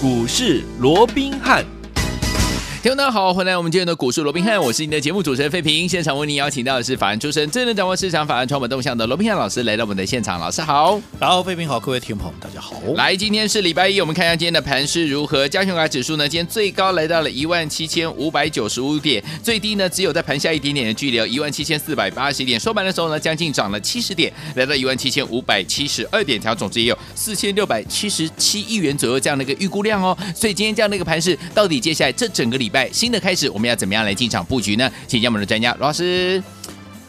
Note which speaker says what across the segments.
Speaker 1: 股市罗宾汉。
Speaker 2: 听众大家好，欢迎来我们今天的股市罗宾汉，我是您的节目主持人费平。现场为您邀请到的是法案出身、真能掌握市场、法案传播动向的罗宾汉老师，来到我们的现场。老师好，
Speaker 3: 然后，飞平好，各位听众朋友们，大家好。
Speaker 2: 来，今天是礼拜一，我们看一下今天的盘势如何。加权卡指数呢，今天最高来到了一万七千五百九十五点，最低呢只有在盘下一点点的距离，哦一万七千四百八十点。收盘的时候呢，将近涨了七十点，来到一万七千五百七十二点，然后总值也有哦四千六百七十七亿元左右这样的一个预估量哦。所以今天这样的一个盘势，到底接下来这整个礼拜新的开始，我们要怎么样来进场布局呢？请教我们的专家罗老师。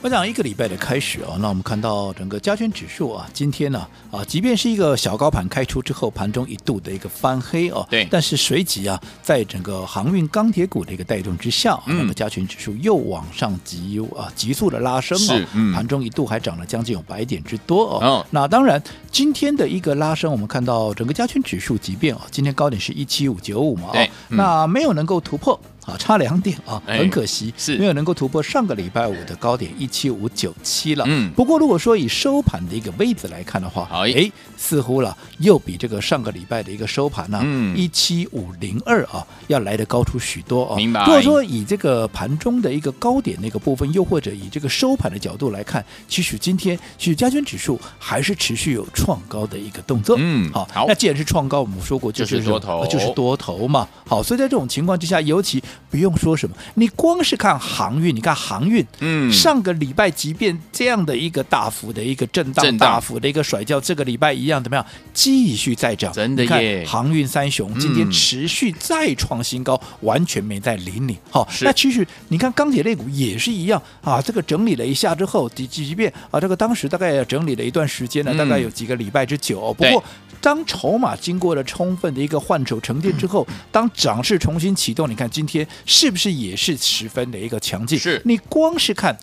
Speaker 3: 我想一个礼拜的开始啊，那我们看到整个加权指数啊，今天呢啊即便是一个小高盘开出之后，盘中一度的一个翻黑哦，
Speaker 2: 对
Speaker 3: 但是随即啊，在整个航运钢铁股的一个带动之下啊，
Speaker 2: 嗯
Speaker 3: 那么加权指数又往上急啊急速的拉升
Speaker 2: 是
Speaker 3: 哦，
Speaker 2: 嗯
Speaker 3: 盘中一度还涨了将近有百点之多哦。
Speaker 2: 哦
Speaker 3: 那当然，今天的一个拉升，我们看到整个加权指数，即便啊今天高点是一七五九五嘛，
Speaker 2: 对
Speaker 3: 哦，
Speaker 2: 嗯
Speaker 3: 那没有能够突破。啊，差两点啊，
Speaker 2: 哎
Speaker 3: 很可惜，
Speaker 2: 是
Speaker 3: 没有能够突破上个礼拜五的高点一七五九七了。
Speaker 2: 嗯
Speaker 3: 不过如果说以收盘的一个位置来看的话，
Speaker 2: 哎
Speaker 3: 哎，似乎了又比这个上个礼拜的一个收盘呢、啊
Speaker 2: 嗯
Speaker 3: 一七五零二啊，要来的高出许多哦。
Speaker 2: 明白
Speaker 3: 如果说以这个盘中的一个高点那个部分，又或者以这个收盘的角度来看，其实今天其实加权指数还是持续有创高的一个动作。
Speaker 2: 嗯
Speaker 3: 好，
Speaker 2: 好
Speaker 3: 那既然是创高，我们说过
Speaker 2: 就是
Speaker 3: 是
Speaker 2: 多头
Speaker 3: 呃就是多头嘛。好，所以在这种情况之下，尤其不用说什么，你光是看航运，你看航运，
Speaker 2: 嗯
Speaker 3: 上个礼拜即便这样的一个大幅的一个震荡、
Speaker 2: 震荡
Speaker 3: 大幅的一个甩掉，这个礼拜一样怎么样，继续再涨，
Speaker 2: 真的
Speaker 3: 你看
Speaker 2: 耶
Speaker 3: 航运三雄今天
Speaker 2: 嗯
Speaker 3: 持续再创新高，完全没在理你。好、
Speaker 2: 是
Speaker 3: 那其实你看钢铁类股也是一样啊，这个整理了一下之后，即即便啊，这个当时大概整理了一段时间呢，
Speaker 2: 嗯
Speaker 3: 大概有几个礼拜之久、不
Speaker 2: 对
Speaker 3: 过。当筹码经过了充分的一个换手沉淀之
Speaker 2: 嗯
Speaker 3: 后，当涨势重新启动，你看今天是不是也是十分的一个强劲？
Speaker 2: 是
Speaker 3: 你光是看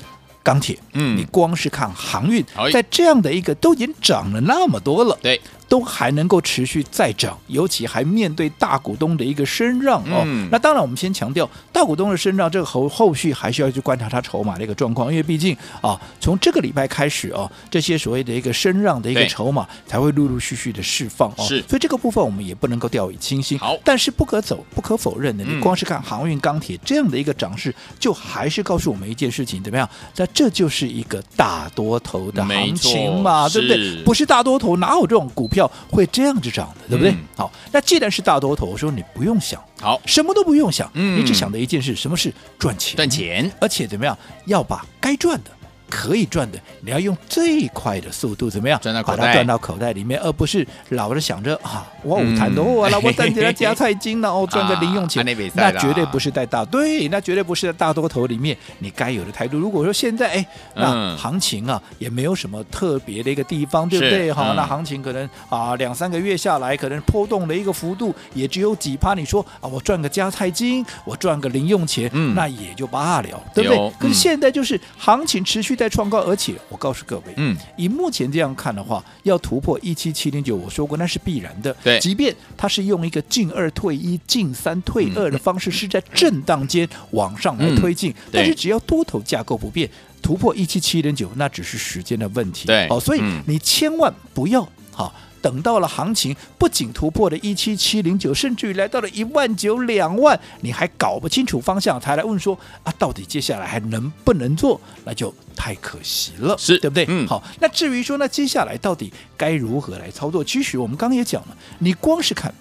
Speaker 3: 钢铁，
Speaker 2: 嗯
Speaker 3: 你光是看航运
Speaker 2: 哎，
Speaker 3: 在这样的一个都已经涨了那么多了，
Speaker 2: 对，
Speaker 3: 都还能够持续再涨，尤其还面对大股东的一个声让哦。
Speaker 2: 嗯
Speaker 3: 那当然，我们先强调大股东的声让，这个后后续还需要去观察它筹码的一个状况，因为毕竟啊，从这个礼拜开始哦，这些所谓的一个声让的一个
Speaker 2: 对
Speaker 3: 筹码才会陆陆续续的释放哦。
Speaker 2: 是
Speaker 3: 所以这个部分我们也不能够掉以轻心。
Speaker 2: 好
Speaker 3: 但是不可走不可否认的，
Speaker 2: 嗯
Speaker 3: 你光是看航运、钢铁这样的一个涨势，就还是告诉我们一件事情，怎么样？那这就是一个大多头的
Speaker 2: 没
Speaker 3: 行
Speaker 2: 错
Speaker 3: 情嘛，对不
Speaker 2: 是
Speaker 3: 对？不是大多头，哪有这种股票会这样子涨的，对不对？
Speaker 2: 嗯
Speaker 3: 好，那既然是大多头，我说你不用想，
Speaker 2: 好，
Speaker 3: 什么都不用想，
Speaker 2: 嗯
Speaker 3: 你只想的一件事，什么是赚钱？
Speaker 2: 赚，钱，
Speaker 3: 而且怎么样，要把该赚的。可以赚的，你要用最快的速度怎么样？
Speaker 2: 赚到口
Speaker 3: 把
Speaker 2: 袋
Speaker 3: 它赚到口袋里面，而不是老是想着啊，我午餐的
Speaker 2: 嗯
Speaker 3: 啊我了，我攒起来 加菜金了，哦，赚个零用钱，
Speaker 2: 啊那没事啦
Speaker 3: 那绝对不是在大对，那绝对不是在大多头里面你该有的态度。如果说现在哎，那
Speaker 2: 嗯
Speaker 3: 行情啊也没有什么特别的一个地方，对不对？
Speaker 2: 是
Speaker 3: 好，
Speaker 2: 嗯
Speaker 3: 那行情可能啊两三个月下来，可能波动的一个幅度也只有几趴。你说啊，我赚个加菜金，我赚个零用钱，
Speaker 2: 嗯
Speaker 3: 那也就罢了，对不对
Speaker 2: 有？
Speaker 3: 可是
Speaker 2: 嗯
Speaker 3: 现在就是行情持续在创高，而且我告诉各位，
Speaker 2: 嗯，
Speaker 3: 以目前这样看的话，要突破一七七零九，我说过那是必然的。
Speaker 2: 对
Speaker 3: 即便它是用一个进二退一、进三退二的方式，是在震荡间往上来推进，
Speaker 2: 嗯对
Speaker 3: 但是只要多头架构不变，突破一七七零九，那只是时间的问题。
Speaker 2: 对
Speaker 3: 哦，所以
Speaker 2: 嗯
Speaker 3: 你千万不要好。等到了行情不仅突破了一七七零九，甚至于来到了一万九、两万，你还搞不清楚方向，才来问说啊，到底接下来还能不能做？那就太可惜了，
Speaker 2: 是
Speaker 3: 对不对？
Speaker 2: 嗯
Speaker 3: 好。好，那至于说那接下来到底该如何来操作？其实我们刚刚也讲了，你光是看。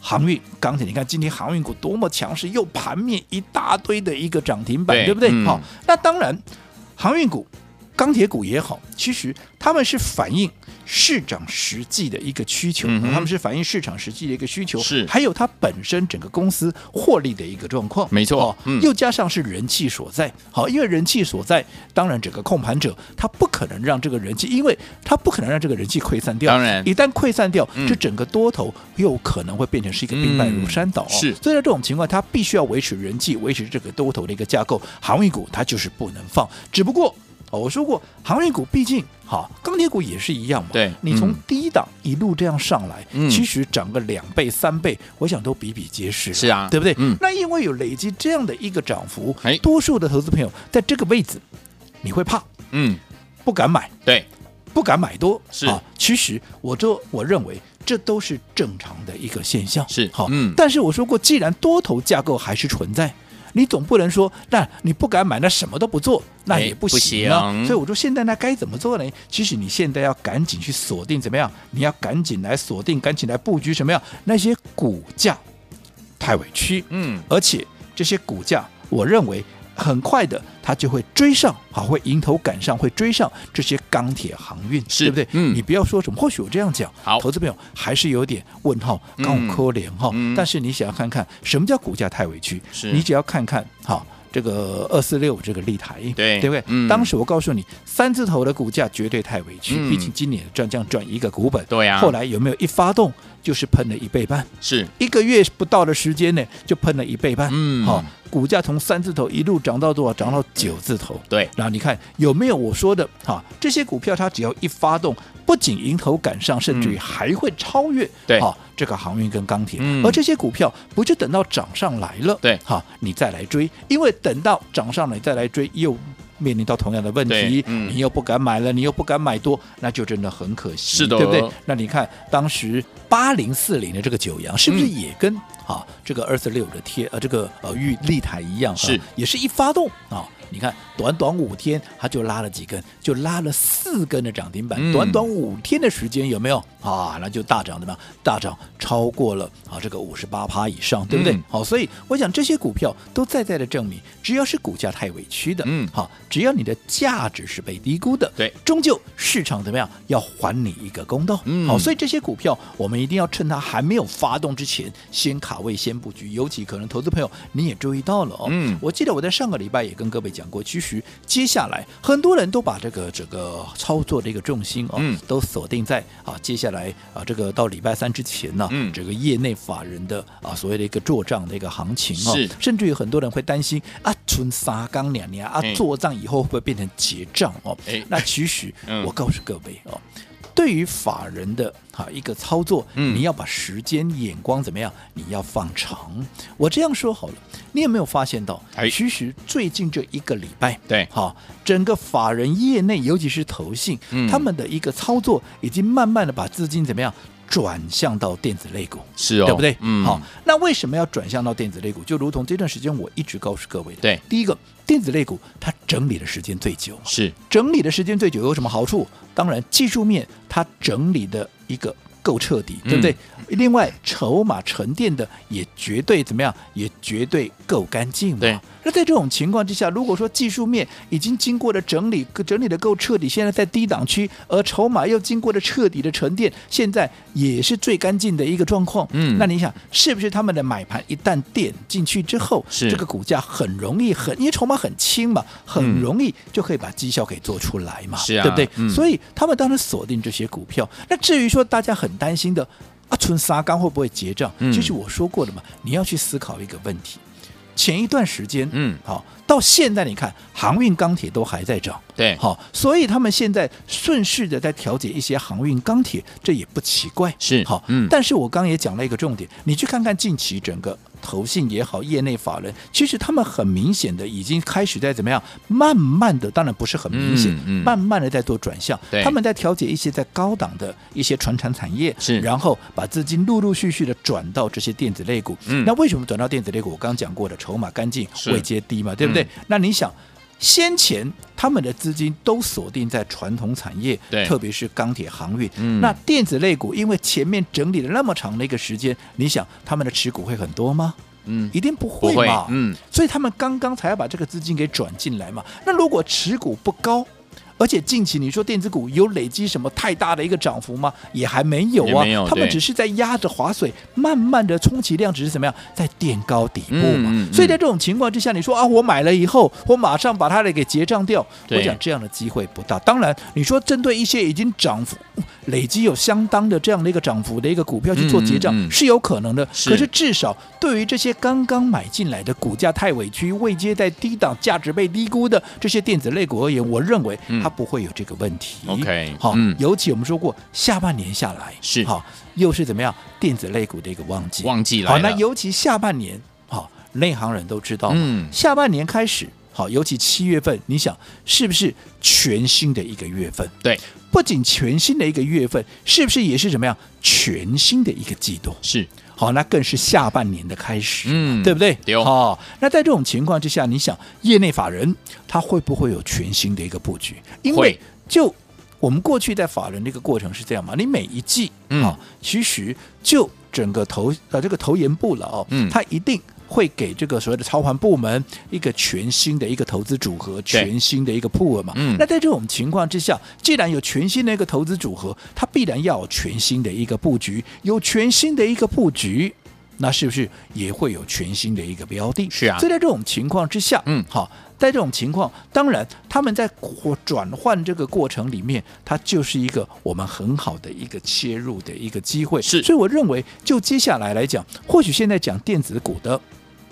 Speaker 3: 航运、钢铁，你看今天航运股多么强势，又盘面一大堆的一个涨停板，
Speaker 2: 对
Speaker 3: 对不对？
Speaker 2: 嗯
Speaker 3: 好、那当然，航运股、钢铁股也好，其实他们是反映市场实际的一个需求，
Speaker 2: 嗯哼
Speaker 3: 他们是反映市场实际的一个需求，
Speaker 2: 是
Speaker 3: 还有它本身整个公司获利的一个状况，
Speaker 2: 没错
Speaker 3: 哦
Speaker 2: 嗯
Speaker 3: 又加上是人气所在，好，因为人气所在，当然整个控盘者他不可能让这个人气，因为他不可能让这个人气溃散掉，
Speaker 2: 当然
Speaker 3: 一旦溃散掉，
Speaker 2: 嗯
Speaker 3: 这整个多头又可能会变成是一个兵败如山倒、哦
Speaker 2: 嗯是
Speaker 3: 所以在这种情况，他必须要维持人气，维持这个多头的一个架构，航运股它就是不能放，只不过。哦，我说过，航运股毕竟好，钢铁股也是一样嘛。
Speaker 2: 对
Speaker 3: 你从
Speaker 2: 嗯
Speaker 3: 低档一路这样上来，
Speaker 2: 嗯
Speaker 3: 其实涨个两倍、三倍，我想都比比皆是了。
Speaker 2: 是啊
Speaker 3: 对不对？
Speaker 2: 嗯
Speaker 3: 那因为有累积这样的一个涨幅
Speaker 2: 哎，
Speaker 3: 多数的投资朋友在这个位置，你会怕，
Speaker 2: 嗯，
Speaker 3: 不敢买，
Speaker 2: 对，
Speaker 3: 不敢买多。
Speaker 2: 是
Speaker 3: 啊，其实我这我认为这都是正常的一个现象。
Speaker 2: 是
Speaker 3: 好，
Speaker 2: 嗯
Speaker 3: 但是我说过，既然多头架构还是存在。你总不能说，那你不敢买，那什么都不做，那
Speaker 2: 哎
Speaker 3: 也
Speaker 2: 不
Speaker 3: 行啊。
Speaker 2: 行
Speaker 3: 所以我说，现在那该怎么做呢？其实你现在要赶紧去锁定怎么样？你要赶紧来锁定，赶紧来布局什么样？那些股价太委屈，
Speaker 2: 嗯，
Speaker 3: 而且这些股价，我认为很快的它就会追上，好，会迎头赶上，会追上这些钢铁航运，
Speaker 2: 是
Speaker 3: 对不对？
Speaker 2: 嗯
Speaker 3: 你不要说什么，或许我这样讲，
Speaker 2: 好
Speaker 3: 投资朋友还是有点问号，
Speaker 2: 嗯
Speaker 3: 高科联哈。
Speaker 2: 嗯
Speaker 3: 但是你想要看看什么叫股价太委屈，
Speaker 2: 是
Speaker 3: 你只要看看好。这个二四六这个立台，
Speaker 2: 对
Speaker 3: 对不对？
Speaker 2: 嗯
Speaker 3: 当时我告诉你，三字头的股价绝对太委屈，
Speaker 2: 嗯
Speaker 3: 毕竟今年赚这样赚一个股本，
Speaker 2: 对呀
Speaker 3: 后来有没有一发动就是喷了一倍半？
Speaker 2: 是
Speaker 3: 一个月不到的时间呢，就喷了一倍半。
Speaker 2: 嗯
Speaker 3: 好、股价从三字头一路涨到多少？涨到九字头。
Speaker 2: 对，
Speaker 3: 然后你看有没有我说的哈、这些股票它只要一发动，不仅迎头赶上，甚至于还会超越。
Speaker 2: 嗯对
Speaker 3: 好、这个航运跟钢铁。
Speaker 2: 嗯
Speaker 3: 而这些股票不是等到涨上来了，
Speaker 2: 对
Speaker 3: 哈、你再来追，因为等到涨上来再来追又。面临到同样的问
Speaker 2: 对
Speaker 3: 题，
Speaker 2: 嗯
Speaker 3: 你又不敢买了，你又不敢买多，那就真的很可惜，
Speaker 2: 是的哦
Speaker 3: 对不对？那你看当时八零四零的这个九阳，是不是
Speaker 2: 嗯
Speaker 3: 也跟、啊这个二四六的贴呃这个呃玉立台一样，啊
Speaker 2: 是
Speaker 3: 也是一发动啊？你看短短五天，它就拉了几根，就拉了四根的涨停板，
Speaker 2: 嗯
Speaker 3: 短短五天的时间有没有啊？那就大涨怎么样？大涨超过了啊这个五十八趴以上，对不对？
Speaker 2: 嗯
Speaker 3: 好，所以我想这些股票都在在的证明，只要是股价太委屈的，
Speaker 2: 嗯
Speaker 3: 好，只要你的价值是被低估的，
Speaker 2: 对，
Speaker 3: 终究市场怎么样要还你一个公道，
Speaker 2: 嗯
Speaker 3: 好，所以这些股票我们一定要趁它还没有发动之前，先卡位，先布局。尤其可能投资朋友你也注意到了哦，
Speaker 2: 嗯
Speaker 3: 我记得我在上个礼拜也跟各位讲过，其实接下来很多人都把这个整个操作的一个重心哦，
Speaker 2: 嗯
Speaker 3: 都锁定在啊接下来啊这个到礼拜三之前呢、
Speaker 2: 嗯
Speaker 3: 这个业内法人的啊所谓的一个做账的一个行情哦，
Speaker 2: 是
Speaker 3: 甚至有很多人会担心啊，存沙钢两年啊
Speaker 2: 嗯，
Speaker 3: 做账以后会不会变成结账哦？
Speaker 2: 哎
Speaker 3: 那其实
Speaker 2: 嗯
Speaker 3: 我告诉各位哦，对于法人的哈一个操作，
Speaker 2: 嗯
Speaker 3: 你要把时间眼光怎么样？你要放长。我这样说好了，你有没有发现到
Speaker 2: 哎？
Speaker 3: 其实最近这一个礼拜，
Speaker 2: 对
Speaker 3: 好，整个法人业内，尤其是投信，
Speaker 2: 嗯
Speaker 3: 他们的一个操作已经慢慢的把资金怎么样转向到电子类股。
Speaker 2: 是哦，
Speaker 3: 对不对？
Speaker 2: 嗯，
Speaker 3: 好，，那为什么要转向到电子类股？就如同这段时间我一直告诉各位的，
Speaker 2: 对，
Speaker 3: 第一个电子类股它整理的时间最久嘛，
Speaker 2: 是
Speaker 3: 整理的时间最久有什么好处？当然，技术面它整理的一个够彻底，
Speaker 2: 嗯
Speaker 3: 对不对？另外，筹码沉淀的也绝对怎么样？也绝对够干净嘛。
Speaker 2: 对。
Speaker 3: 那在这种情况之下，如果说技术面已经经过了整理，整理的够彻底，现在在低档区，而筹码又经过了彻底的沉淀，现在也是最干净的一个状况。
Speaker 2: 嗯
Speaker 3: 那你想，是不是他们的买盘一旦点进去之后，
Speaker 2: 是
Speaker 3: 这个股价很容易很，因为筹码很轻嘛，很
Speaker 2: 嗯
Speaker 3: 容易就可以把绩效给做出来嘛，
Speaker 2: 是啊
Speaker 3: 对不对？
Speaker 2: 嗯
Speaker 3: 所以他们当时锁定这些股票。那至于说大家很担心的啊，纯沙钢会不会结账？
Speaker 2: 嗯
Speaker 3: 其实我说过了嘛，你要去思考一个问题。前一段时间，
Speaker 2: 嗯
Speaker 3: 好、到现在你看航运、钢铁都还在涨，
Speaker 2: 对
Speaker 3: 好、所以他们现在顺势的在调节一些航运、钢铁，这也不奇怪，
Speaker 2: 是
Speaker 3: 好、
Speaker 2: 嗯
Speaker 3: 但是我刚刚也讲了一个重点，你去看看近期整个投信也好，业内法人，其实他们很明显的已经开始在怎么样，慢慢的，当然不是很明显，
Speaker 2: 嗯嗯
Speaker 3: 慢慢的在做转向
Speaker 2: 对，
Speaker 3: 他们在调节一些在高档的一些传产产业，
Speaker 2: 是
Speaker 3: 然后把资金陆陆续续的转到这些电子类股。
Speaker 2: 嗯
Speaker 3: 那为什么转到电子类股？我刚刚讲过的，筹码干净
Speaker 2: 是，
Speaker 3: 位阶低嘛，对不
Speaker 2: 嗯
Speaker 3: 对？那你想。先前他们的资金都锁定在传统产业，
Speaker 2: 对
Speaker 3: 特别是钢铁航运。
Speaker 2: 嗯
Speaker 3: 那电子类股因为前面整理了那么长的一个时间，你想他们的持股会很多吗？
Speaker 2: 嗯，
Speaker 3: 一定不
Speaker 2: 不
Speaker 3: 会
Speaker 2: 会
Speaker 3: 嘛。，
Speaker 2: 嗯，
Speaker 3: 所以他们刚刚才要把这个资金给转进来嘛。那如果持股不高，而且近期你说电子股有累积什么太大的一个涨幅吗？也还没有
Speaker 2: 也
Speaker 3: 啊，
Speaker 2: 没有
Speaker 3: 他们
Speaker 2: 对
Speaker 3: 只是在压着划水，慢慢的充其量只是怎么样，在垫高底部嘛。
Speaker 2: 嗯嗯嗯
Speaker 3: 所以在这种情况之下，你说啊，我买了以后，我马上把它给结账掉，
Speaker 2: 对
Speaker 3: 我讲这样的机会不大。当然，你说针对一些已经涨幅累积有相当的这样的一个涨幅的一个股票去做结账，
Speaker 2: 嗯嗯嗯
Speaker 3: 是有可能的。
Speaker 2: 是
Speaker 3: 可是至少对于这些刚刚买进来的股价太委屈、未接在低档、价值被低估的这些电子类股而言，我认为
Speaker 2: 嗯
Speaker 3: 它不会有这个问题。
Speaker 2: OK，
Speaker 3: 好、
Speaker 2: 嗯
Speaker 3: 尤其我们说过，下半年下来
Speaker 2: 是
Speaker 3: 好、又是怎么样电子类股的一个旺季。
Speaker 2: 忘记来
Speaker 3: 好，
Speaker 2: 了，
Speaker 3: 那尤其下半年，好、内行人都知道，
Speaker 2: 嗯
Speaker 3: 下半年开始。好，尤其七月份，你想是不是全新的一个月份？
Speaker 2: 对，
Speaker 3: 不仅全新的一个月份，是不是也是怎么样全新的一个季度？
Speaker 2: 是
Speaker 3: 好，那更是下半年的开始，
Speaker 2: 嗯
Speaker 3: 对不对？
Speaker 2: 对哦
Speaker 3: 哦，那在这种情况之下，你想业内法人他会不会有全新的一个布局？因为
Speaker 2: 会
Speaker 3: 就我们过去在法人这个过程是这样嘛，你每一季啊、
Speaker 2: 嗯
Speaker 3: 其实就整个投呃这个投研部了哦，
Speaker 2: 嗯
Speaker 3: 它一定。会给这个所谓的操盘部门一个全新的一个投资组合，全新的一个铺位嘛。
Speaker 2: 嗯
Speaker 3: 那在这种情况之下，既然有全新的一个投资组合，它必然要有全新的一个布局，有全新的一个布局。那是不是也会有全新的一个标的？
Speaker 2: 是啊
Speaker 3: 所以在这种情况之下，
Speaker 2: 嗯
Speaker 3: 好，在这种情况，当然他们在过转换这个过程里面，它就是一个我们很好的一个切入的一个机会。
Speaker 2: 是
Speaker 3: 所以我认为，就接下来来讲，或许现在讲电子股的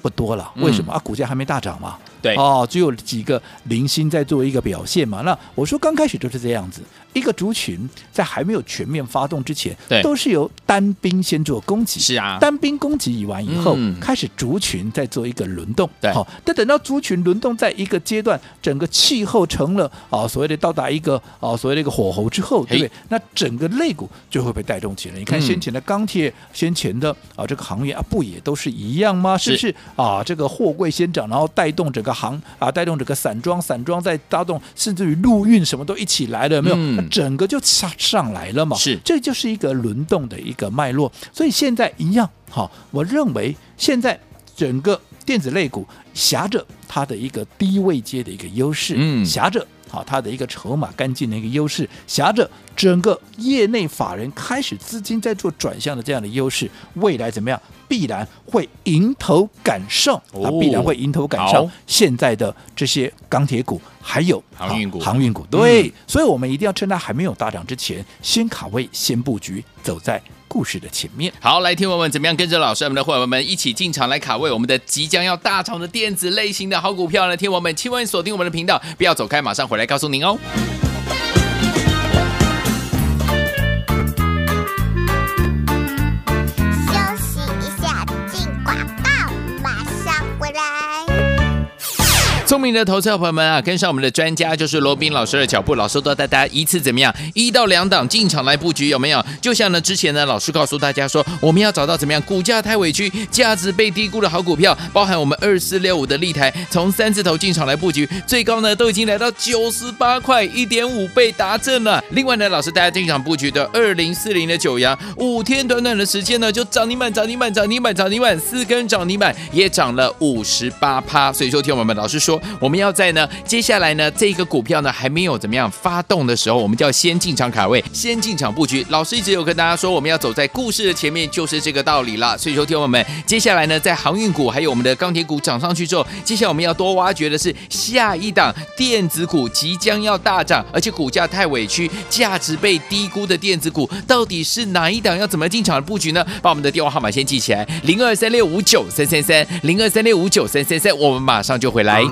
Speaker 3: 不多了，
Speaker 2: 嗯
Speaker 3: 为什么、啊？股价还没大涨嘛。
Speaker 2: 对
Speaker 3: 哦，只有几个零星在做一个表现嘛。那我说刚开始就是这样子，一个族群在还没有全面发动之前，
Speaker 2: 对
Speaker 3: 都是由单兵先做攻击，
Speaker 2: 是啊，
Speaker 3: 单兵攻击完以后，
Speaker 2: 嗯
Speaker 3: 开始族群在做一个轮动。
Speaker 2: 对
Speaker 3: 好、但等到族群轮动在一个阶段，整个气候成了啊所谓的到达一个啊所谓的一个火候之后，对不对？那整个肋骨就会被带动起来。你看
Speaker 2: 嗯
Speaker 3: 先前的钢铁，先前的啊这个行业啊，不也都是一样吗？是不
Speaker 2: 是
Speaker 3: 是啊？这个货柜先涨，然后带动整个行啊，带动整个散装，散装再带动，甚至于陆运什么都一起来了，有没有？
Speaker 2: 嗯
Speaker 3: 那整个就上上来了嘛。
Speaker 2: 是
Speaker 3: 这就是一个轮动的一个脉络。所以现在一样，好，我认为现在整个电子类股挟着它的一个低位阶的一个优势，
Speaker 2: 嗯
Speaker 3: 挟着。好，它的一个筹码干净的一个优势，挟着整个业内法人开始资金在做转向的这样的优势，未来怎么样？必然会迎头赶上，它
Speaker 2: 哦
Speaker 3: 必然会迎头赶上
Speaker 2: 好
Speaker 3: 现在的这些钢铁股，还有
Speaker 2: 航
Speaker 3: 好
Speaker 2: 运股
Speaker 3: 航运股。
Speaker 2: 嗯
Speaker 3: 对，所以我们一定要趁它还没有大涨之前，先卡位，先布局，走在故事的前面。
Speaker 2: 好，来，听我们怎么样跟着老师，我们的伙伴们一起进场来卡位我们的即将要大涨的电子类型的好股票呢？听我们千万锁定我们的频道，不要走开，马上回来告诉您哦。
Speaker 4: 休息一下，进广告，马上回来。
Speaker 2: 聪明的投资者朋友们啊，跟上我们的专家就是罗宾老师的脚步，老师都带大家一次怎么样，一到两档进场来布局，有没有？就像呢之前呢，老师告诉大家说，我们要找到怎么样股价太委屈、价值被低估的好股票，包含我们二四六五的立台，从三字头进场来布局，最高呢都已经来到九十八块，一点五倍达阵了。另外呢，老师大家进场布局的二零四零的九阳，五天短短的时间呢就涨停板、涨停板、涨停板、涨停板，四根涨停板也涨了五十八趴。所以说，听我们老师说，我们要在呢接下来呢这个股票呢还没有怎么样发动的时候，我们就要先进场卡位，先进场布局。老师一直有跟大家说，我们要走在故事的前面，就是这个道理啦。所以说，听我们接下来呢，在航运股还有我们的钢铁股涨上去之后，接下来我们要多挖掘的是下一档电子股即将要大涨，而且股价太委屈，价值被低估的电子股，到底是哪一档？要怎么进场的布局呢？把我们的电话号码先记起来，零二三六五九三三三，零二三六五九三三三，我们马上就回来。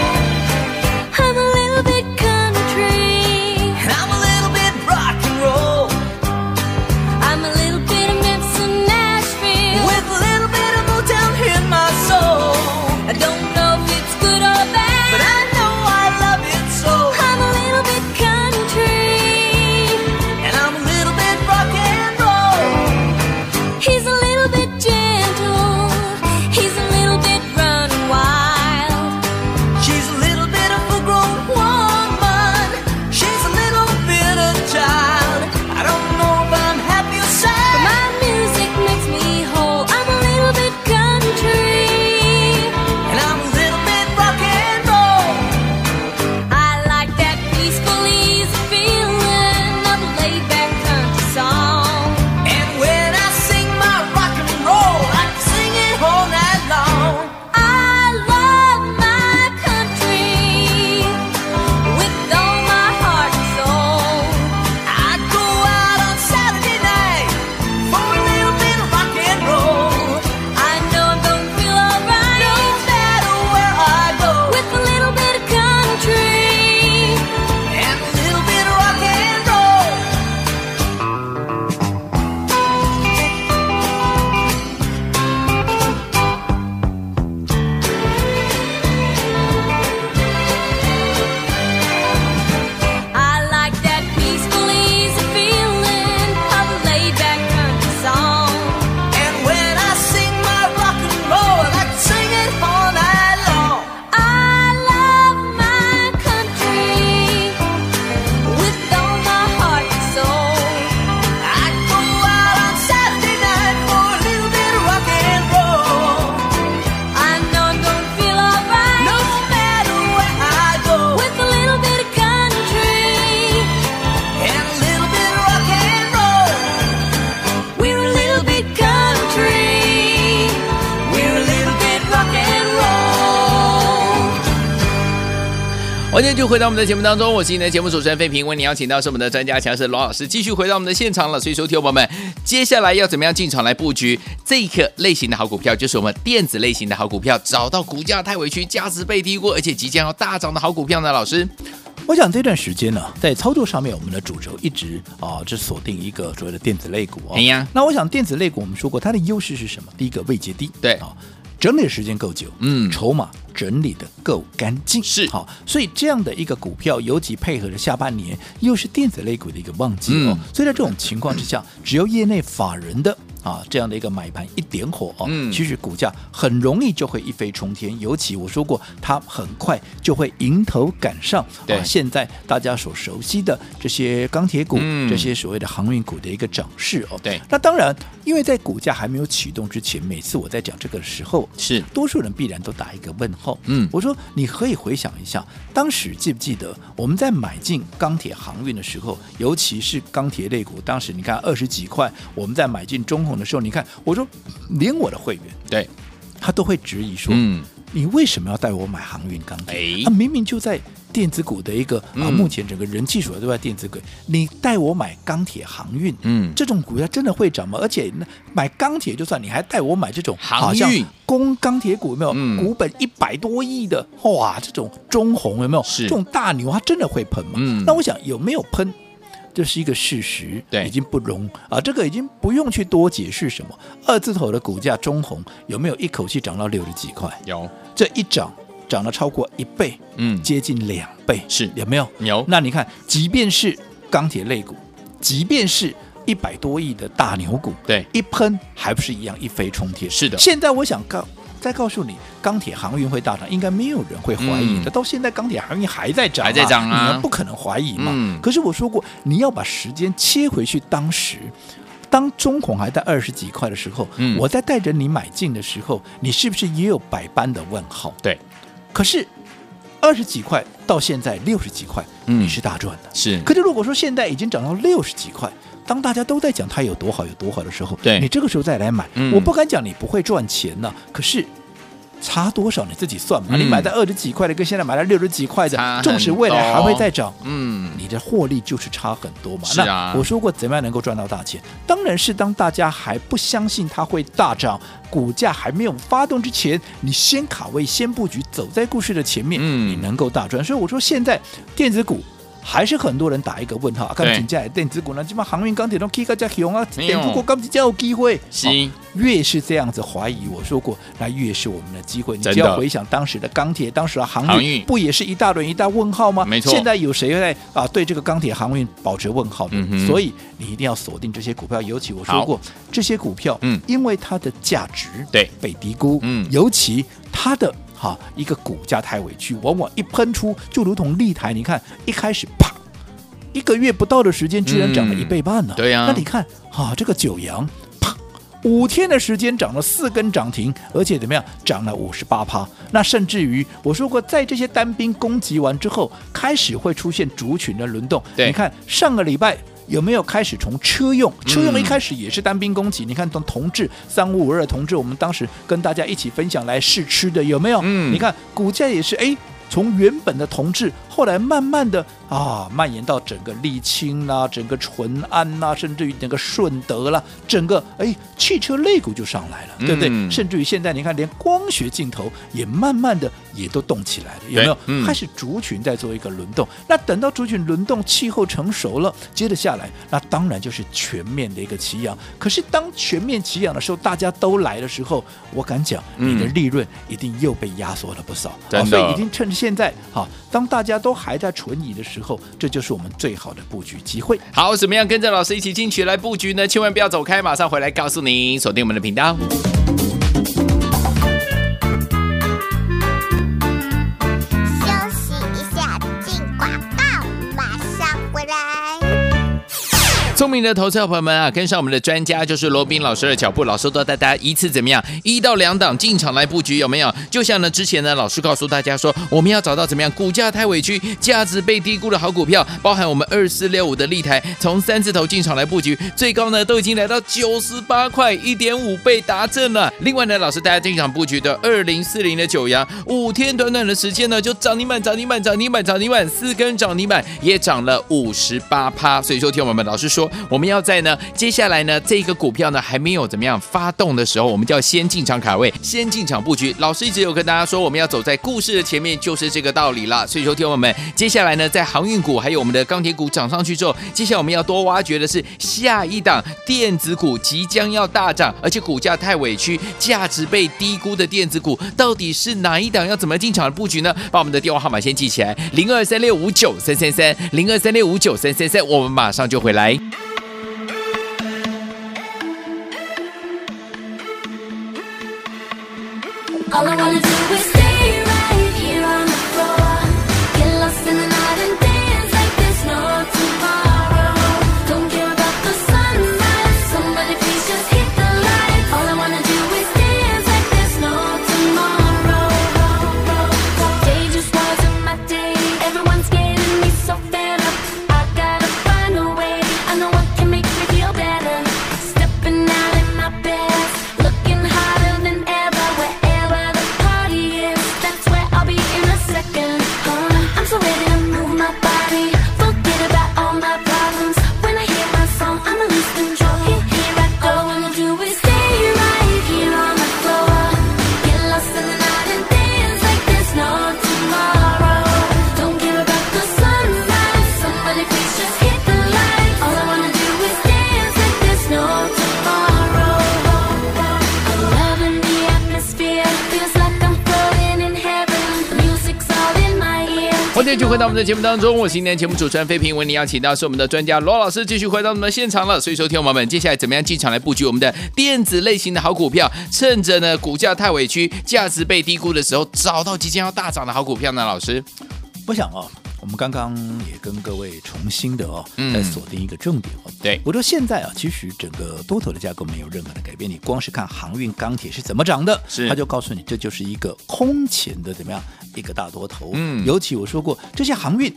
Speaker 5: I'm a little bit country.
Speaker 6: I'm a little bit rock and roll
Speaker 5: I'm a little bit of Memphis and Nashville.
Speaker 6: with a little bit of Motown in my soul.
Speaker 5: I don't know if it's good or bad,
Speaker 6: But I know I love it so.
Speaker 5: I'm a little bit country.
Speaker 2: 欢迎就回到我们的节目当中，我是你的节目主持人费平，为你邀请到是我们的专家强势罗老师，继续回到我们的现场了。所以，说，听友们，接下来要怎么样进场来布局这一个类型的好股票，就是我们电子类型的好股票，找到股价太委屈、价值被低估，而且即将要大涨的好股票呢？老师，
Speaker 3: 我想这段时间呢，在操作上面，我们的主轴一直啊，只锁定一个所谓的电子类股哦。
Speaker 2: 哎呀
Speaker 3: 那我想电子类股，我们说过它的优势是什么？第一个位阶低，
Speaker 2: 对
Speaker 3: 啊，整理的时间够久，
Speaker 2: 嗯
Speaker 3: 筹码整理的够干净，
Speaker 2: 是
Speaker 3: 好、所以这样的一个股票，尤其配合着下半年又是电子类股的一个旺季哦，
Speaker 2: 嗯
Speaker 3: 所以在这种情况之下，只有业内法人的。啊，这样的一个买盘一点火哦，
Speaker 2: 嗯
Speaker 3: 其实股价很容易就会一飞冲天，尤其我说过，它很快就会迎头赶上
Speaker 2: 对
Speaker 3: 啊，现在大家所熟悉的这些钢铁股、
Speaker 2: 嗯
Speaker 3: 这些所谓的航运股的一个涨势哦。
Speaker 2: 对
Speaker 3: 那当然，因为在股价还没有启动之前，每次我在讲这个时候，
Speaker 2: 是
Speaker 3: 多数人必然都打一个问号。
Speaker 2: 嗯
Speaker 3: 我说你可以回想一下，当时记不记得我们在买进钢铁航运的时候，尤其是钢铁类股，当时你看二十几块，我们在买进中红的时候，你看我说连我的会员
Speaker 2: 对，
Speaker 3: 他都会质疑说，
Speaker 2: 嗯，
Speaker 3: 你为什么要带我买航运钢铁
Speaker 2: 哎？
Speaker 3: 啊，明明就在电子股的一个啊，
Speaker 2: 嗯
Speaker 3: 目前整个人气所在都在电子股，你带我买钢铁航运，
Speaker 2: 嗯
Speaker 3: 这种股票真的会涨吗？而且那买钢铁就算，你还带我买这种
Speaker 2: 航
Speaker 3: 好像
Speaker 2: 运
Speaker 3: 公钢铁股有没有？
Speaker 2: 嗯
Speaker 3: 股本一百多亿的，哇，这种中红有没有？
Speaker 2: 是
Speaker 3: 这种大牛，它真的会喷吗？
Speaker 2: 嗯
Speaker 3: 那我想有没有喷？这是一个事实，
Speaker 2: 对
Speaker 3: 已经不容啊，这个已经不用去多解释什么。二字头的股价中红有没有一口气涨到六十几块？
Speaker 2: 有，
Speaker 3: 这一涨涨了超过一倍，
Speaker 2: 嗯，
Speaker 3: 接近两倍，
Speaker 2: 是
Speaker 3: 有没有？
Speaker 2: 有，
Speaker 3: 那你看，即便是钢铁类股，即便是一百多亿的大牛股，
Speaker 2: 对
Speaker 3: 一喷还不是一样一飞冲天？
Speaker 2: 是的
Speaker 3: 现在我想告再告诉你，钢铁航运会大涨，应该没有人会怀疑的。到现在钢铁航运还在涨、
Speaker 2: 嗯还在涨啊
Speaker 3: 你们不可能怀疑嘛。
Speaker 2: 嗯
Speaker 3: 可是我说过，你要把时间切回去，当时。当中孔还在二十几块的时候，
Speaker 2: 嗯
Speaker 3: 我在带着你买进的时候，你是不是也有百般的问号？
Speaker 2: 对，
Speaker 3: 可是二十几块到现在六十几块，
Speaker 2: 嗯
Speaker 3: 你是大赚的。
Speaker 2: 是，
Speaker 3: 可是如果说现在已经涨到六十几块，当大家都在讲它有多好有多好的时候，
Speaker 2: 对
Speaker 3: 你这个时候再来买，
Speaker 2: 嗯
Speaker 3: 我不敢讲你不会赚钱呢、可是。差多少你自己算嘛？
Speaker 2: 嗯
Speaker 3: 你买在二十几块的，跟现在买在六十几块
Speaker 2: 差
Speaker 3: 的，
Speaker 2: 很
Speaker 3: 纵使未来还会再涨，
Speaker 2: 嗯，
Speaker 3: 你的获利就是差很多嘛。
Speaker 2: 是啊
Speaker 3: 那我说过，怎么样能够赚到大钱？当然是当大家还不相信它会大涨，股价还没有发动之前，你先卡位、先布局，走在故事的前面，
Speaker 2: 嗯
Speaker 3: 你能够大赚。所以我说，现在电子股。还是很多人打一个问号，啊，
Speaker 2: 对
Speaker 3: 刚进来的电子股呢，基本航运、钢铁都 K 个加熊啊，
Speaker 2: 没
Speaker 3: 电
Speaker 2: 有
Speaker 3: 子股钢铁才有机会。
Speaker 2: 是
Speaker 3: 好越是这样子怀疑，我说过，那越是我们的机会。你
Speaker 2: 真
Speaker 3: 只
Speaker 2: 的
Speaker 3: 要回想当时的钢铁、当时的航运，
Speaker 2: 航运
Speaker 3: 不也是一大轮一大问号吗？
Speaker 2: 没错
Speaker 3: 现在有谁在啊对这个钢铁航运保持问号的？
Speaker 2: 嗯哼
Speaker 3: 所以你一定要锁定这些股票，尤其我说过，这些股票，
Speaker 2: 嗯
Speaker 3: 因为它的价值
Speaker 2: 对
Speaker 3: 被低估，
Speaker 2: 嗯
Speaker 3: 尤其它的。哈，一个股价太委屈，往往一喷出，就如同立台，你看一开始啪，一个月不到的时间，居然涨了
Speaker 2: 嗯
Speaker 3: 一倍半呢、
Speaker 2: 对呀
Speaker 3: 那你看，啊，这个九阳，啪，五天的时间涨了四根涨停，而且怎么样，涨了五十八趴。那甚至于我说过，在这些单兵攻击完之后，开始会出现族群的轮动。
Speaker 2: 对
Speaker 3: 你看上个礼拜。有没有开始从车用？车用
Speaker 2: 嗯
Speaker 3: 一开始也是单兵攻击，你看同同志三五五二同志，我们当时跟大家一起分享来试吃的，有没有？
Speaker 2: 嗯
Speaker 3: 你看股价也是哎。从原本的同志，后来慢慢的啊，蔓延到整个沥青啦、整个淳安啦、甚至于整个顺德啦、整个哎汽车类股就上来了，对不对？
Speaker 2: 嗯
Speaker 3: 甚至于现在你看，连光学镜头也慢慢的也都动起来了，有没有
Speaker 2: 对？嗯
Speaker 3: 开始族群在做一个轮动。那等到族群轮动，气候成熟了，接着下来，那当然就是全面的一个齐扬。可是当全面齐扬的时候，大家都来的时候，我敢讲，
Speaker 2: 嗯
Speaker 3: 你的利润一定又被压缩了不少。
Speaker 2: 真
Speaker 3: 好，
Speaker 2: 的
Speaker 3: 所以一定趁现在好、当大家都还在存疑的时候，这就是我们最好的布局机会。
Speaker 2: 好，怎么样跟着老师一起进去来布局呢？千万不要走开，马上回来告诉您，锁定我们的频道。
Speaker 4: 休息一下，进广告，马上回来。
Speaker 2: 聪聪明的投资者朋友们啊，跟上我们的专家就是罗宾老师的脚步，老师都带大家一次怎么样，一到两档进场来布局，有没有？就像呢之前呢，老师告诉大家说，我们要找到怎么样股价太委屈、价值被低估的好股票，包含我们二四六五的立台，从三字头进场来布局，最高呢都已经来到九十八块，一点五倍达阵了。另外呢，老师大家进场布局的二零四零的九阳，五天短短的时间呢就涨停板、涨停板、涨停板、涨停板，四根涨停板也涨了五十八趴。所以说，听我们老师说，我们要在呢接下来呢这个股票呢还没有怎么样发动的时候，我们就要先进场卡位，先进场布局。老师一直有跟大家说，我们要走在故事的前面，就是这个道理啦。所以说，听我们接下来呢，在航运股还有我们的钢铁股涨上去之后，接下来我们要多挖掘的是下一档电子股即将要大涨，而且股价太委屈，价值被低估的电子股到底是哪一档？要怎么进场布局呢？把我们的电话号码先记起来，零二三六五九三三三，零二三六五九三三三，我们马上就回来。
Speaker 5: All I wanna do is stay right here on the floor. Get lost in the night and dance like there's no tomorrow. Don't care about the sunrise. Somebody please just hit the light. All I wanna do is dance like there's no tomorrow. Day just wasn't my day. Everyone's getting me so fed up. I gotta find a way. I know I can make me feel better. Stepping out in my best, looking hotter than ever. Wherever the party is, that's where I'll be in a second. Huh? I'm so ready to move my body, forget about all my problems. When I hear my song, I'ma lose control. Here, here I go. All I wanna do is stay right here on the floor, get lost in the night and dance like there's no tomorrow. Don't care about the sunrise. Somebody please just hit the light. All I wanna do is dance like there's no tomorrow. I'm loving the atmosphere. Feels like I'm floating in heaven. The music's all in my ear.
Speaker 2: 欢迎继续回到我们的节目当中，我是今天的节目主持人费平，为您邀请到是我们的专家罗老师，继续回到我们的现场了。所以，说，听众朋友们，接下来怎么样进场来布局我们的电子类型的好股票？趁着呢股价太委屈、价值被低估的时候，找到即将要大涨的好股票呢？老师，
Speaker 3: 我想哦，我们刚刚也跟各位重新的哦，
Speaker 2: 嗯
Speaker 3: 再锁定一个重点哦。
Speaker 2: 对
Speaker 3: 我说现在啊，其实整个多头的架构没有任何的改变，你光是看航运、钢铁是怎么涨的，
Speaker 2: 是
Speaker 3: 它就告诉你这就是一个空前的怎么样一个大多头。
Speaker 2: 嗯
Speaker 3: 尤其我说过这些航运、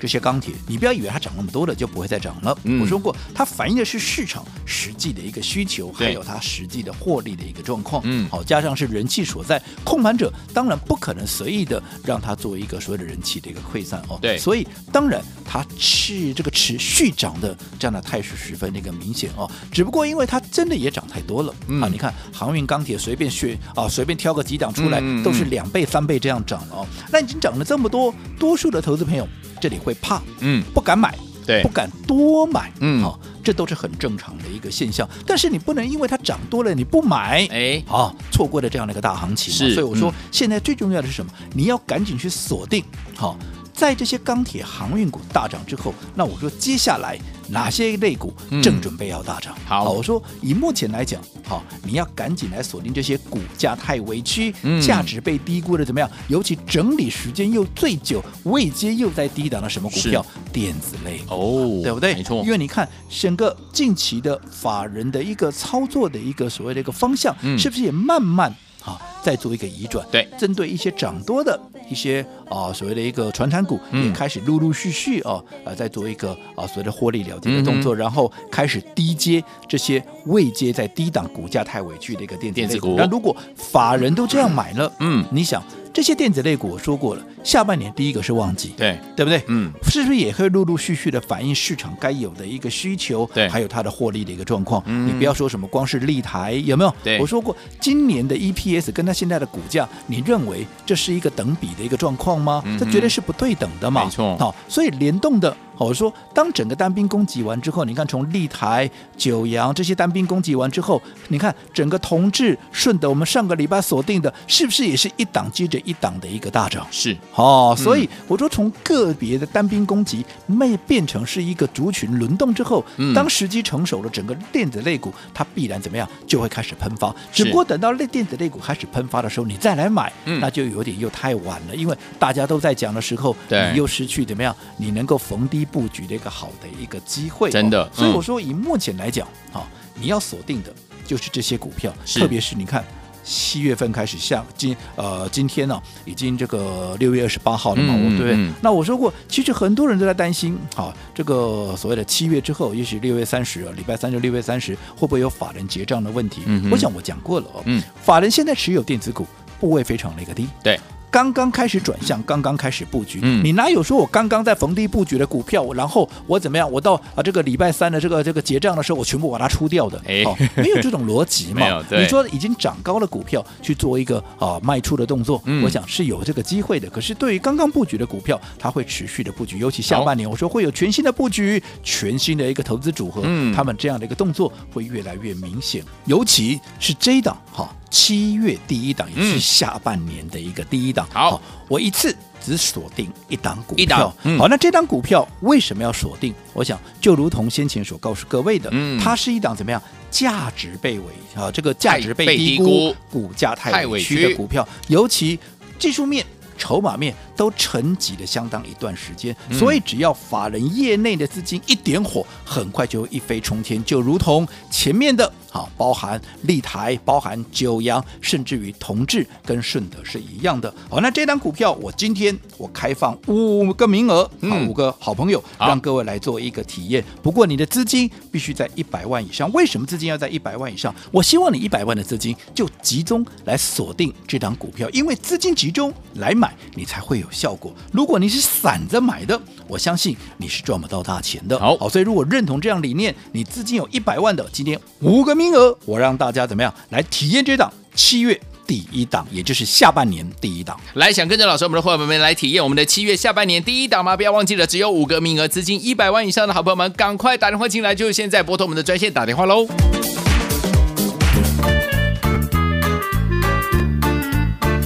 Speaker 3: 这些钢铁，你不要以为它涨那么多了就不会再涨了。
Speaker 2: 嗯
Speaker 3: 我说过，它反映的是市场实际的一个需求，
Speaker 2: 对
Speaker 3: 还有它实际的获利的一个状况。
Speaker 2: 嗯
Speaker 3: 好，加上是人气所在，控盘者当然不可能随意的让它做一个所谓的人气的一个溃散哦。
Speaker 2: 对
Speaker 3: 所以当然它是这个持续涨的这样的态势十分的一个明显哦。只不过因为它真的也涨太多了、
Speaker 2: 嗯
Speaker 3: 啊，你看航运、钢铁随便选啊，随便挑个几档出来、
Speaker 2: 嗯嗯嗯
Speaker 3: 都是两倍、三倍这样涨了哦。那已经涨了这么多，多数的投资朋友这里会怕，
Speaker 2: 嗯，
Speaker 3: 不敢买。
Speaker 2: 对
Speaker 3: 不敢多买，
Speaker 2: 嗯
Speaker 3: 好、这都是很正常的一个现象。但是你不能因为它涨多了你不买，
Speaker 2: 哎，
Speaker 3: 啊、错过了这样的一个大行情嘛。啊
Speaker 2: 是
Speaker 3: 所以我说、
Speaker 2: 嗯
Speaker 3: 现在最重要的是什么？你要赶紧去锁定，好、在这些钢铁、航运股大涨之后，那我说接下来哪些类股
Speaker 2: 嗯
Speaker 3: 正准备要大涨？
Speaker 2: 好
Speaker 3: 我说以目前来讲，好、你要赶紧来锁定这些股价太委屈、
Speaker 2: 嗯
Speaker 3: 价值被低估的怎么样？尤其整理时间又最久、位阶又在低档的什么股票？电子类股
Speaker 2: 哦
Speaker 3: 对不对？
Speaker 2: 没错
Speaker 3: 因，为你看整个近期的法人的一个操作的一个所谓的一个方向，
Speaker 2: 嗯
Speaker 3: 是不是也慢慢啊在做一个移转？
Speaker 2: 对
Speaker 3: 针对一些涨多的一些啊所谓的一个传产股，
Speaker 2: 嗯
Speaker 3: 也开始陆陆续续啊啊在做一个啊所谓的获利了结的动
Speaker 2: 嗯
Speaker 3: 作，然后开始低接这些未接在低档股价太委屈的一个电子类
Speaker 2: 电子股
Speaker 3: 那如果法人都这样买了，
Speaker 2: 嗯
Speaker 3: 你想这些电子类股，我说过了，下半年第一个是旺季，
Speaker 2: 对，
Speaker 3: 对不对？
Speaker 2: 嗯，
Speaker 3: 是不是也会陆陆续续的反映市场该有的一个需求，
Speaker 2: 对
Speaker 3: 还有它的获利的一个状况？
Speaker 2: 嗯
Speaker 3: 你不要说什么光是立台有没有？
Speaker 2: 对
Speaker 3: 我说过今年的 EPS 跟它现在的股价，你认为这是一个等比的一个状况吗？
Speaker 2: 嗯哼
Speaker 3: 这绝对是不对等的嘛。
Speaker 2: 没错
Speaker 3: 好、所以联动的。好我说，当整个单兵攻击完之后，你看从立台、九阳这些单兵攻击完之后，你看整个同志顺德，我们上个礼拜锁定的，是不是也是一档接着一档的一个大涨？
Speaker 2: 是，
Speaker 3: 哦，所
Speaker 2: 嗯
Speaker 3: 以我说从个别的单兵攻击，没变成是一个族群轮动之后，
Speaker 2: 嗯
Speaker 3: 当时机成熟了，整个电子类股它必然怎么样，就会开始喷发。只不过等到类电子类股开始喷发的时候，你再来买，
Speaker 2: 嗯
Speaker 3: 那就有点又太晚了，因为大家都在讲的时候，
Speaker 2: 对
Speaker 3: 你又失去怎么样，你能够逢低布局的一个好的一个机会哦、
Speaker 2: 真的
Speaker 3: 所以
Speaker 2: 嗯
Speaker 3: 我说，以目前来讲，好、你要锁定的就是这些股票，
Speaker 2: 是
Speaker 3: 特别是你看。七月份开始下今呃今天呢、已经这个六月二十八号了嘛，
Speaker 2: 嗯
Speaker 3: 我对不对？
Speaker 2: 嗯
Speaker 3: 那我说过，其实很多人都在担心，好、这个所谓的七月之后，也许六月三十，礼拜三就六月三十，会不会有法人结账的问题？
Speaker 2: 嗯哼
Speaker 3: 我想我讲过了哦，
Speaker 2: 嗯，
Speaker 3: 法人现在持有电子股部位非常的一个低，
Speaker 2: 对，
Speaker 3: 刚刚开始转向，刚刚开始布局。
Speaker 2: 嗯
Speaker 3: 你哪有说我刚刚在逢低布局的股票，我然后我怎么样？我到啊这个礼拜三的这个这个结账的时候，我全部把它出掉的？
Speaker 2: 哎
Speaker 3: 哦，没有这种逻辑
Speaker 2: 没有
Speaker 3: 嘛？
Speaker 2: 对
Speaker 3: 你说已经涨高的股票去做一个啊卖出的动作，
Speaker 2: 嗯
Speaker 3: 我想是有这个机会的。可是对于刚刚布局的股票，它会持续的布局，尤其下半年，我说会有全新的布局，全新的一个投资组合，
Speaker 2: 嗯
Speaker 3: 他们这样的一个动作会越来越明显，尤其是这一档哈。七月第一档也
Speaker 2: 嗯
Speaker 3: 是下半年的一个第一档，
Speaker 2: 好
Speaker 3: 我一次只锁定一档股票。
Speaker 2: 一档嗯
Speaker 3: 好，那这档股票为什么要锁定？我想就如同先前所告诉各位的，
Speaker 2: 嗯
Speaker 3: 它是一档怎么样？价值被委啊，这个价值
Speaker 2: 太
Speaker 3: 被
Speaker 2: 被低
Speaker 3: 低
Speaker 2: 估
Speaker 3: 估，股价
Speaker 2: 太
Speaker 3: 太
Speaker 2: 委
Speaker 3: 委
Speaker 2: 屈
Speaker 3: 屈的股票，尤其技术面。筹码面都沉寂了相当一段时间，
Speaker 2: 嗯
Speaker 3: 所以只要法人业内的资金一点火，很快就一飞冲天，就如同前面的，好，包含立台、包含九阳，甚至于同志跟顺德是一样的。好，那这档股票我今天我开放五个名额，好，
Speaker 2: 嗯
Speaker 3: 五个好朋友，
Speaker 2: 好
Speaker 3: 让各位来做一个体验。不过你的资金必须在一百万以上。为什么资金要在一百万以上？我希望你一百万的资金就集中来锁定这档股票，因为资金集中来买，你才会有效果。如果你是散着买的，我相信你是赚不到大钱的。
Speaker 2: 好
Speaker 3: 所以如果认同这样理念，你资金有一百万的，今天五个名额，我让大家怎么样来体验这档七月第一档，也就是下半年第一档。
Speaker 2: 来，想跟着老师我们的伙伴们来体验我们的七月下半年第一档吗？不要忘记了，只有五个名额，资金一百万以上的好朋友们，赶快打电话进来，就是现在拨通我们的专线打电话喽。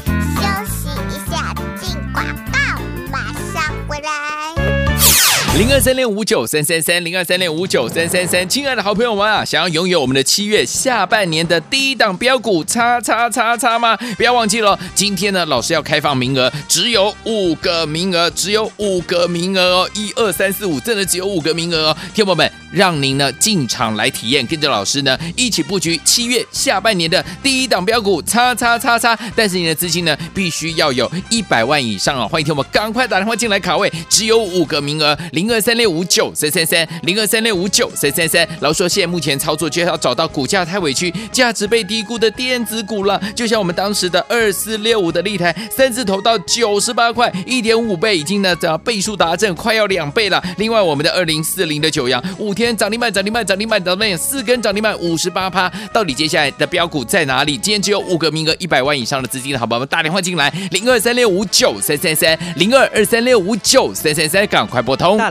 Speaker 4: 休息一下，进广告，马上回来。
Speaker 2: 零二三六五九三三三，零二三六五九三三三，亲爱的好朋友们啊，想要拥有我们的七月下半年的第一档标股叉叉叉叉吗？不要忘记了，今天呢，老师要开放名额，只有五个名额，只有五个名额哦，一二三四五，真的只有五个名额哦，听友们，让您呢进场来体验，跟着老师呢一起布局七月下半年的第一档标股叉叉叉叉，但是你的资金呢必须要有一百万以上哦，欢迎听我们赶快打电话进来卡位，只有五个名额，零二三六五九三三三，零二三六五九三三三。老师说现在目前操作就要找到股价太委屈、价值被低估的电子股了，就像我们当时的二四六五的立台，三字头到九十八块，一点五倍已经呢，涨倍数达阵，快要两倍了。另外我们的二零四零的九阳，五天涨停板，涨停板，涨停板，涨停板，四根涨停板，五十八趴。到底接下来的标股在哪里？今天只有五个名额，一百万以上的资金的好朋友们打电话进来，零二三六五九三三三，零二二三六五九三三三，赶快拨通。
Speaker 7: 大